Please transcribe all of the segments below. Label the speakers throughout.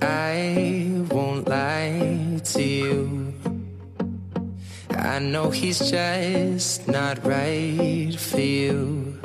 Speaker 1: I won't lie to you. I know he's just not right for you.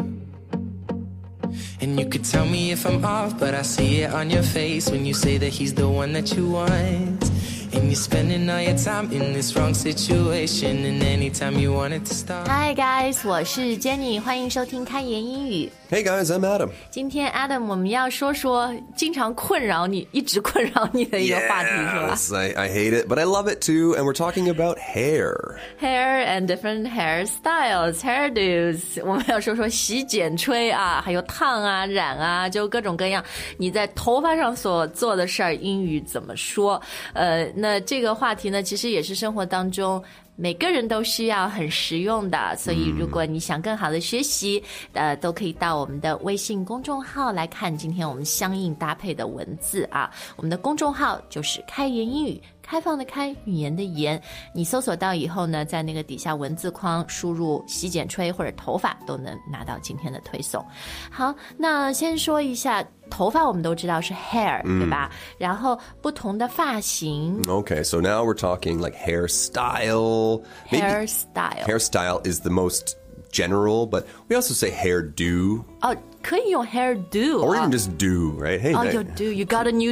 Speaker 1: And you could tell me if I'm off, but I see it on your face when you say that he's the one that you want. And you're spending all your time in this wrong situation, and anytime you want it to stop.
Speaker 2: Hi guys，我是 Jenny，欢迎收听开言英语。
Speaker 3: Hey guys, I'm Adam.
Speaker 2: 今天 Adam，我们要说说经常困扰你、一直困扰你的一个话题是
Speaker 3: Yes, I, I hate it, but I love it too. And we're talking about hair.
Speaker 2: 吧？Hair and different hairstyles, hairdos。我们要说说洗、剪、吹啊，还有烫啊、染啊，就各种各样你在头发上所做的事儿，英语怎么说？呃，那这个话题呢，其实也是生活当中。每个人都需要很实用的，所以如果你想更好的学习，呃，都可以到我们的微信公众号来看今天我们相应搭配的文字啊。我们的公众号就是“开言英语”，开放的开，语言的言。你搜索到以后呢，在那个底下文字框输入“洗剪吹”或者“头发”，都能拿到今天的推送。好，那先说一下。头发我们都知道是 hair，、对
Speaker 3: 嗯
Speaker 2: 吧？然后不同的发型
Speaker 3: Okay, so now we're talking like hairstyle. 嗯 Maybe
Speaker 2: hairstyle，
Speaker 3: hairstyle is the most general, but we also say hairdo
Speaker 2: 哦，可以用 hair do，
Speaker 3: or
Speaker 2: 啊
Speaker 3: even just do, right? Hey,
Speaker 2: 哦
Speaker 3: that-
Speaker 2: ，you do，you got a new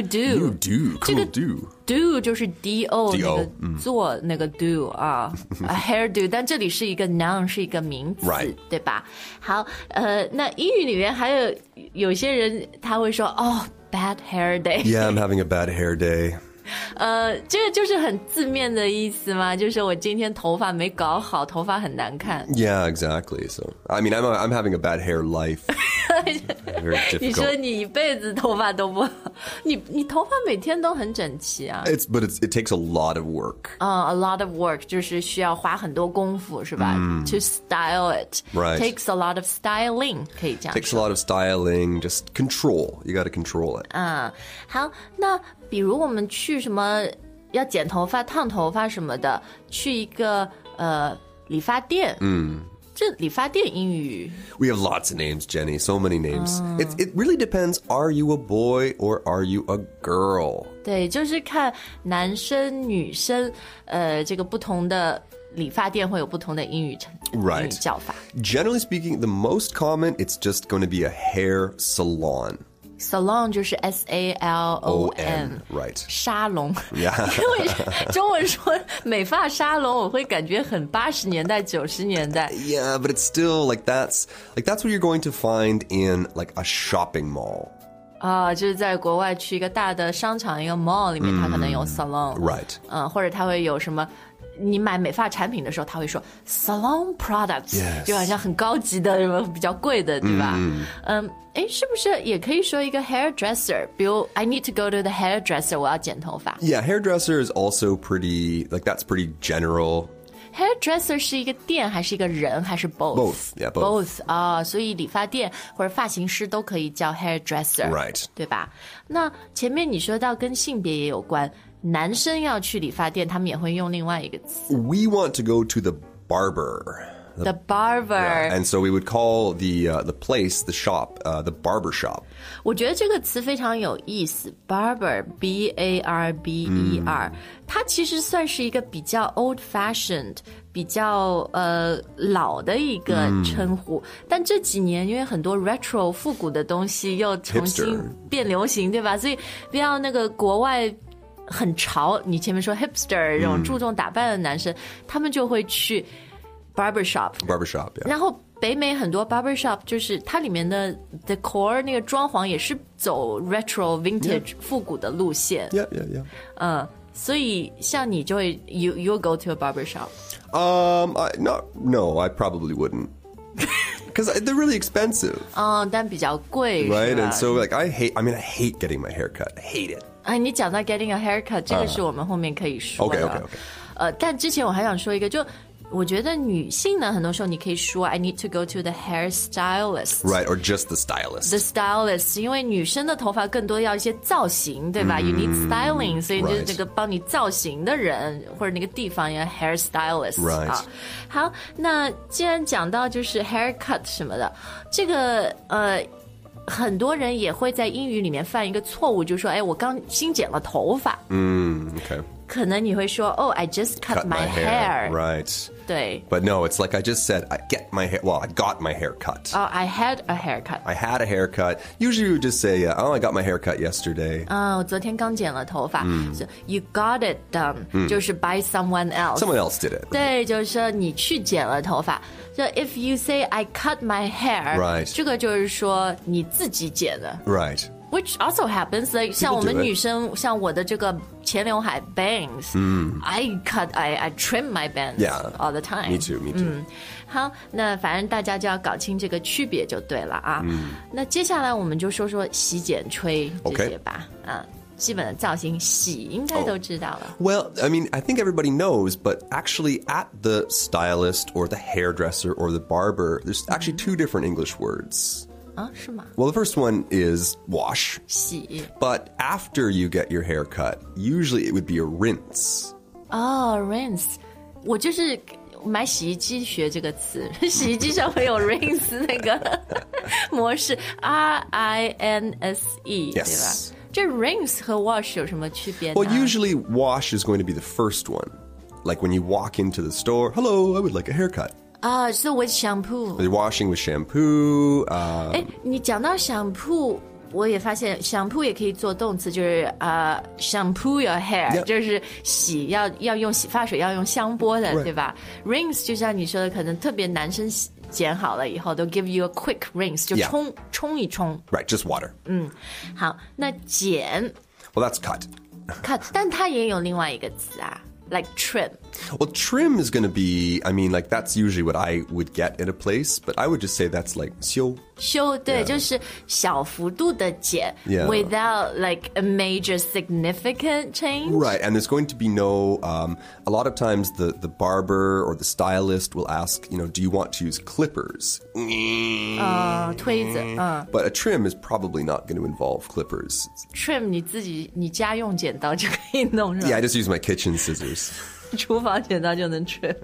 Speaker 2: do。
Speaker 3: you do, cool
Speaker 2: 这个
Speaker 3: do.
Speaker 2: do 就是 d o 那
Speaker 3: D O，嗯
Speaker 2: 个做那个 do 啊 a hair do，但这里是一个 noun，是一个名词
Speaker 3: Right
Speaker 2: 对吧？好，呃，那英语里面还有有些人他会说哦，bad hair day，
Speaker 3: Yeah, I'm having a bad hair day.
Speaker 2: 呃，这个就是很字面的意思嘛，就是我今天头发没搞好，头发很难看。
Speaker 3: Yeah, exactly. So, I mean, I'm, I'm having a bad hair life. Very
Speaker 2: 你说
Speaker 3: difficult.
Speaker 2: 你一辈子头发都不好，你你头发每天都很整齐啊。
Speaker 3: It's, but it's, it takes a lot of work.
Speaker 2: 嗯、a lot of work 就是需要花很多功夫，是吧、t o style it
Speaker 3: 嗯 Right.
Speaker 2: takes a lot of styling，可以这样
Speaker 3: takes
Speaker 2: 说。
Speaker 3: a lot of styling, just control. You got to control it.
Speaker 2: 嗯，好，那比如我们去什么要剪头发、烫头发什么的，去一个呃理发店，嗯，这理发店英语
Speaker 3: We have lots of names, Jenny. So many names.
Speaker 2: Oh.
Speaker 3: It's it really depends. Are you a boy or are you a girl?
Speaker 2: 对，就是看男生、女生，呃，这个不同的理发店会有不同的英语称英语
Speaker 3: Right
Speaker 2: 叫法
Speaker 3: Generally speaking, the most common it's just going to be a hair salon.
Speaker 2: salon 就是 s a l o n。
Speaker 3: right?
Speaker 2: 沙龙，
Speaker 3: Yeah.
Speaker 2: 因为中文说美发沙龙，我会感觉很八十年代、九十年代。
Speaker 3: Yeah, but it's still like that's like that's what you're going to find in like a shopping mall.
Speaker 2: 啊，就是在国外去一个大的商场、一个 mall 里面，它可能有 salon，
Speaker 3: Right.
Speaker 2: 嗯，或者它会有什么？你买美发产品的时候，它会说 salon products，、
Speaker 3: Yes
Speaker 2: 就好像很高级的、什么比较贵的，对吧？嗯，哎，是不是也可以说一个 hairdresser？比如 I need to go to the hairdresser，我要剪头发。
Speaker 3: Yeah, hairdresser is also pretty like that's pretty general.
Speaker 2: Hairdresser 是一个店还是一个人还是 both？
Speaker 3: Both, yeah, both.
Speaker 2: 啊所以理发店或者发型师都可以叫 hairdresser，、
Speaker 3: Right.
Speaker 2: 对吧？那前面你说到跟性别也有关，男生要去理发店，他们也会用另外一个词
Speaker 3: We want to go to the barber.
Speaker 2: ，the barber。
Speaker 3: And so we would call the uh, the place, the shop, uh, the barber shop.
Speaker 2: 我觉得这个词非常有意思，barber，b a r b e r，、它其实算是一个比较 old fashioned、比较呃老的一个称呼。但这几年因为很多 retro 复古的东西又重新
Speaker 3: Hipster
Speaker 2: 变流行，对吧？所以不要那个国外。很潮，你前面说 hipster 这种注重打扮的男生，他们就会去 barber shop，
Speaker 3: Barber shop, yeah.
Speaker 2: 然后北美很多 barber shop 就是它里面的 decor 那个装潢也是走 retro vintage 复古的路线，
Speaker 3: Yeah, yeah, yeah.
Speaker 2: 嗯，所以像你就会 you you go to a barber shop，
Speaker 3: Um, I, not no, I probably wouldn't, because they're really expensive,
Speaker 2: 嗯，但比较贵，是
Speaker 3: right?
Speaker 2: 吧
Speaker 3: And so like I hate. I mean, I hate getting my hair cut. I hate it.
Speaker 2: 哎，你讲到 getting a haircut，这个是我们后面可以说的。
Speaker 3: 啊 OK，OK，OK
Speaker 2: 呃，但之前我还想说一个，就我觉得女性呢，很多时候你可以说 I need to go to the hairstylist。
Speaker 3: Right, or just the stylist.
Speaker 2: the stylist，因为女生的头发更多要一些造型，对吧、y o u need styling，所以就是
Speaker 3: 嗯 right
Speaker 2: 那个帮你造型的人或者那个地方要 hair stylist、
Speaker 3: Right
Speaker 2: 啊。好，那既然讲到就是 haircut 什么的，这个呃。很多人也会在英语里面犯一个错误，就是说，哎，我刚新剪了头发，
Speaker 3: Mm, okay.
Speaker 2: 可能你会说，Oh, I just cut,
Speaker 3: Cut my, hair.
Speaker 2: hair
Speaker 3: Right.
Speaker 2: 对，
Speaker 3: But no, it's like I just said, I get my hair. Well, I got my hair cut.
Speaker 2: 哦、i had a haircut，
Speaker 3: I had a haircut. Usually you would just say, uh, oh, I got my haircut yesterday.
Speaker 2: 啊、我昨天刚剪了头发、so
Speaker 3: 嗯
Speaker 2: y o u got it done，、就是 by someone else。
Speaker 3: Someone else did it.
Speaker 2: 对，就是说你去剪了头发。就 if you say I cut my hair，、
Speaker 3: Right
Speaker 2: 这个就是说你自己剪的
Speaker 3: Right.
Speaker 2: ，which also happens。Like 像我们
Speaker 3: do it
Speaker 2: 女生，像我的这个前刘海 bangs，嗯，I cut I I trim my bangs
Speaker 3: Yeah
Speaker 2: all the time。
Speaker 3: Me too. Me too.
Speaker 2: 好，那反正大家就要搞清这个区别就对了啊。嗯，那接下来我们就说说洗、剪、吹这
Speaker 3: OK
Speaker 2: 些吧。啊，基本的造型洗应该都知道了。
Speaker 3: Well, I mean, I think everybody knows, but actually, at the stylist or the hairdresser or the barber, there's actually two different English words.
Speaker 2: 啊，是吗？
Speaker 3: Well, the first one is wash,
Speaker 2: 洗
Speaker 3: but after you get your hair cut, usually it would be a rinse.
Speaker 2: 哦、r i n s e 我就是。买洗衣机学这个词， 洗衣机上会 有 rinse 那个模式，R I N S E，对
Speaker 3: Yes
Speaker 2: 吧？这 rinse 和 wash 有什么区别呢
Speaker 3: Well, usually, wash is going to be the first one. Like when you walk into the store, hello, I would like a haircut.
Speaker 2: 啊，是 with shampoo。
Speaker 3: You're washing with shampoo. Uh,
Speaker 2: 哎，你讲到 shampoo，我也发现 shampoo 也可以做动词，就是啊、s h a m p o o your hair，、
Speaker 3: Yeah
Speaker 2: 就是洗要要用洗发水，要用香波的
Speaker 3: Right
Speaker 2: 对吧？Rinse 就像你说的，可能特别男生洗剪好了以后都 give you a quick rinse，就
Speaker 3: Yeah
Speaker 2: 冲冲一冲。嗯
Speaker 3: right, just water.
Speaker 2: 好，那剪
Speaker 3: Well, that's cut.
Speaker 2: cut，但它也有另外一个词啊，like trim。
Speaker 3: Well, trim is going to be, I mean, like, that's usually what I would get in a place, but I would just say that's like, xiu.
Speaker 2: 修对就是小幅度的剪
Speaker 3: Yeah
Speaker 2: without like a major significant change。
Speaker 3: Right, and there's going to be no, um, a lot of times the, the barber or the stylist will ask, you know, do you want to use clippers? Uh.
Speaker 2: 啊、推子，嗯
Speaker 3: But a trim is probably not going to involve clippers.
Speaker 2: ，trim 你自己你家用剪刀就可以弄是
Speaker 3: Yeah,
Speaker 2: 吧
Speaker 3: I just use my kitchen scissors.
Speaker 2: 厨房剪刀就能 trim。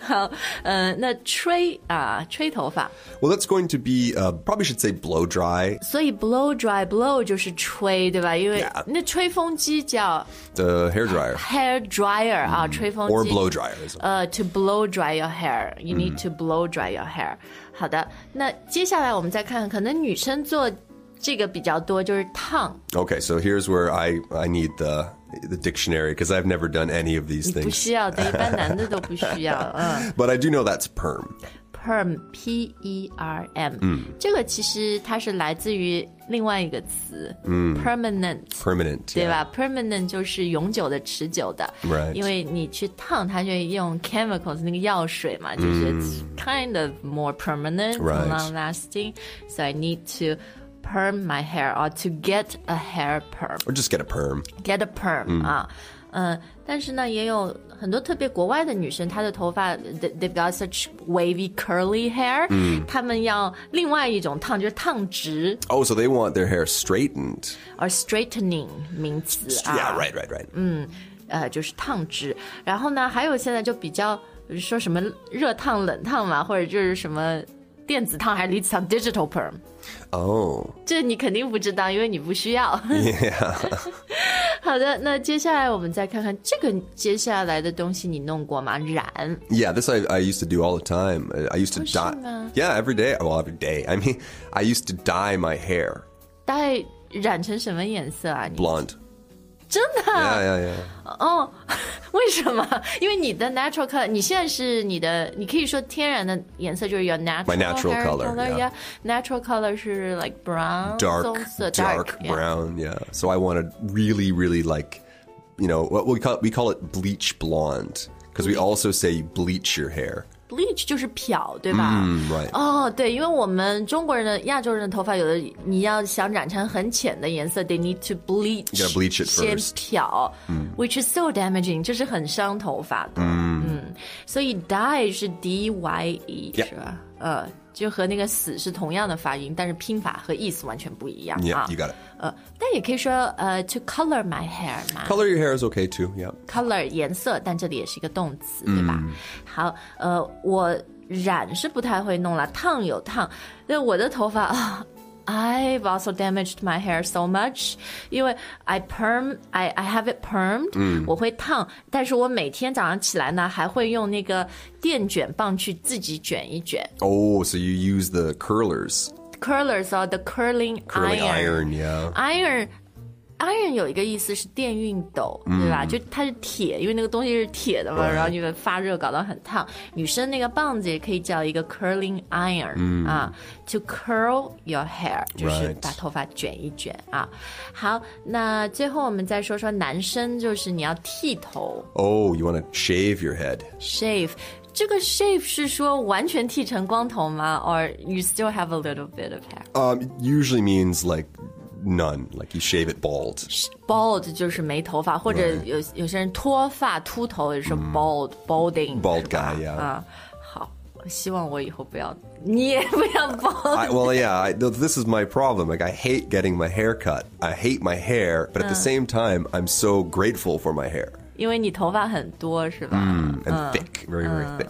Speaker 2: 好，嗯，那吹啊，吹头发，
Speaker 3: Well, that's going to be, uh, probably should say blow dry.
Speaker 2: 所以 blow dry blow 就是吹，对吧？因为
Speaker 3: Yeah
Speaker 2: 那吹风机叫
Speaker 3: The hair dryer
Speaker 2: hair dryer 啊，吹风机。
Speaker 3: Mm or blow Mm dryer. is-
Speaker 2: 呃、t o blow dry your hair, you need to blow dry your hair、好的，那接下来我们再看看，可能女生做这个比较多，就是烫。
Speaker 3: Okay, so here's where I, I need the, the dictionary because I've never done any of these
Speaker 2: 不
Speaker 3: things.
Speaker 2: 需 要的，一般男的都不需要。嗯，
Speaker 3: But I do know that's perm.
Speaker 2: perm p e r m，这个其实它是来自于另外一个词，permanent。
Speaker 3: permanent.
Speaker 2: 对
Speaker 3: yeah.
Speaker 2: 吧？permanent 就是永久的、持久的
Speaker 3: Right
Speaker 2: 因为你去烫，它就用 chemicals 那个药水嘛，就是 it's kind of more permanent,
Speaker 3: Right
Speaker 2: long lasting. So I need to perm my hair or to get a hair perm.
Speaker 3: Or just get a perm.
Speaker 2: get a perm、啊，嗯，但是呢，也有很多特别国外的女生，她的头发 they- they've got such wavy curly hair，她
Speaker 3: 嗯
Speaker 2: 们要另外一种烫，就是烫直
Speaker 3: Oh, so they want their hair straightened.
Speaker 2: or straightening 名词啊
Speaker 3: Yeah, right, right, right.
Speaker 2: 呃，就是烫直。然后呢，还有现在就比较说什么热烫、冷烫嘛，或者就是什么电子烫还是离子烫 digital perm。
Speaker 3: Oh,
Speaker 2: 这你肯定不知道，因为你不需要。好的，那接下来我们再看看这个接下来的东西，你弄过吗？染
Speaker 3: yeah. This I, I used to do all the time. I, I used to dye.
Speaker 2: Fushima.
Speaker 3: Yeah, every day. Well, every day. I mean, I used to dye my hair
Speaker 2: 大概染成什么颜色啊？你
Speaker 3: blonde.
Speaker 2: 真的啊
Speaker 3: Yeah, yeah, yeah.
Speaker 2: 哦？ 为什么？因为你的 natural color，你现在是你的，你可以说天然的颜色就是 your natural
Speaker 3: My natural
Speaker 2: hair
Speaker 3: color, yeah.
Speaker 2: yeah，natural color 是 like brown 棕
Speaker 3: Dark,
Speaker 2: 色
Speaker 3: dark
Speaker 2: yeah
Speaker 3: brown. Yeah. So I wanted really, really like, you know, what we call we call it bleach blonde because we also say bleach your hair.
Speaker 2: bleach 就是漂，对吧？
Speaker 3: Mm, right.
Speaker 2: 哦，对，因为我们中国人的亚洲人的头发，有的你要想染成很浅的颜色，they need to bleach，
Speaker 3: You gotta bleach it
Speaker 2: 先
Speaker 3: first 嗯
Speaker 2: 漂、w h i c h is so damaging，就是很伤头发的。嗯所以 dye 是 d y e
Speaker 3: Yeah
Speaker 2: 是吧？呃，就和那个死是同样的发音，但是拼法和意思完全不一样
Speaker 3: Yeah,
Speaker 2: 啊
Speaker 3: you。got it.
Speaker 2: 呃，但也可以说呃，to color my hair 嘛。
Speaker 3: Color your hair is okay too. Yeah.
Speaker 2: color 颜色，但这里也是一个动词，
Speaker 3: 嗯
Speaker 2: 对吧？好，呃，我染是不太会弄了，烫有烫，那我的头发啊。 I've also damaged my hair so much，因为 I perm I I have it permed，、我
Speaker 3: 嗯
Speaker 2: 会烫，但是我每天早上起来呢，还会用那个电卷棒去自己卷一卷
Speaker 3: Oh, so you use the curlers,
Speaker 2: curlers or the curling
Speaker 3: curling iron, yeah.
Speaker 2: iron iron 有一个意思是电熨斗，对吧？就它是铁，因为那个东西是铁的嘛，
Speaker 3: Right
Speaker 2: 然后你们发热搞到很烫。女生那个棒子也可以叫一个 curling iron、啊，to curl your hair 就是
Speaker 3: Right
Speaker 2: 把头发卷一卷啊。好，那最后我们再说说男生，就是你要剃头
Speaker 3: Oh, you want to shave your head.
Speaker 2: shave。这个 shave 是说完全剃成光头吗？Or you still have a little bit of hair？
Speaker 3: Um, it usually means like none, like you shave it bald.
Speaker 2: bald 就是没头发，或者
Speaker 3: Right.
Speaker 2: 有有些人脱发、秃头也是 bald、balding
Speaker 3: Bald
Speaker 2: 是吧
Speaker 3: guy, yeah.
Speaker 2: 啊，好，我希望我以后不要，你也不要 bald。
Speaker 3: I, well, yeah, I, th- this is my problem. Like, I hate getting my hair cut. I hate my hair, but at the same time, I'm so grateful for my hair.
Speaker 2: 因为你头发很多，是吧？
Speaker 3: And thick, very, very thick.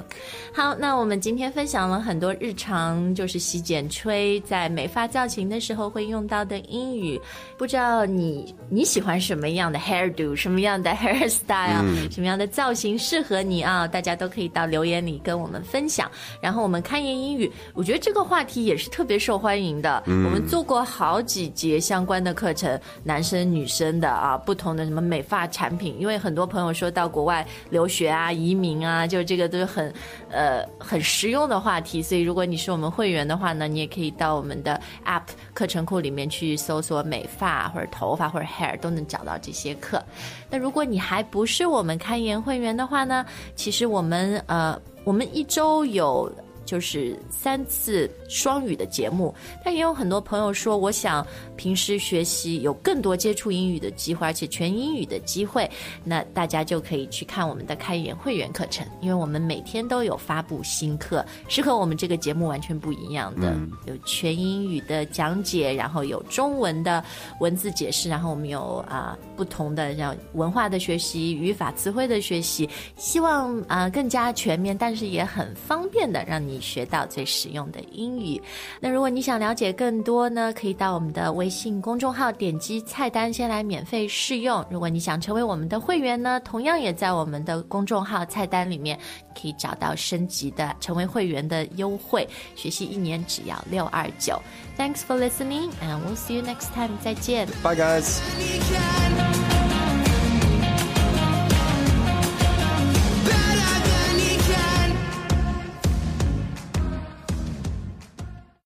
Speaker 2: 好，那我们今天分享了很多日常，就是洗剪吹在美发造型的时候会用到的英语。不知道你你喜欢什么样的 hairdo，什么样的 hairstyle，、什么样的造型适合你啊？大家都可以到留言里跟我们分享。然后我们看言英语，我觉得这个话题也是特别受欢迎的。我们做过好几节相关的课程，男生女生的啊，不同的什么美发产品，因为很多朋友说到国外留学啊、移民啊，就这个都是很呃很实用的话题。所以如果你是我们会员的话呢，你也可以到我们的 App 课程库里面去搜索美发或者头发或者 hair 都能找到这些课。那如果你还不是我们开言会员的话呢，其实我们呃我们一周有。就是三次双语的节目，但也有很多朋友说，我想平时学习有更多接触英语的机会，而且全英语的机会，那大家就可以去看我们的开源会员课程，因为我们每天都有发布新课，是和我们这个节目完全不一样的，有全英语的讲解，然后有中文的文字解释，然后我们有啊、不同的像文化的学习、语法、词汇的学习，希望啊、更加全面，但是也很方便的让你学到最实用的英语。那如果你想了解更多呢，可以到我们的微信公众号点击菜单先来免费试用。如果你想成为我们的会员呢，同样也在我们的公众号菜单里面可以找到升级的成为会员的优惠，学习一年只要六二九。Thanks for listening, and we'll see you next time. 再见。
Speaker 3: Bye, guys.
Speaker 4: Any kind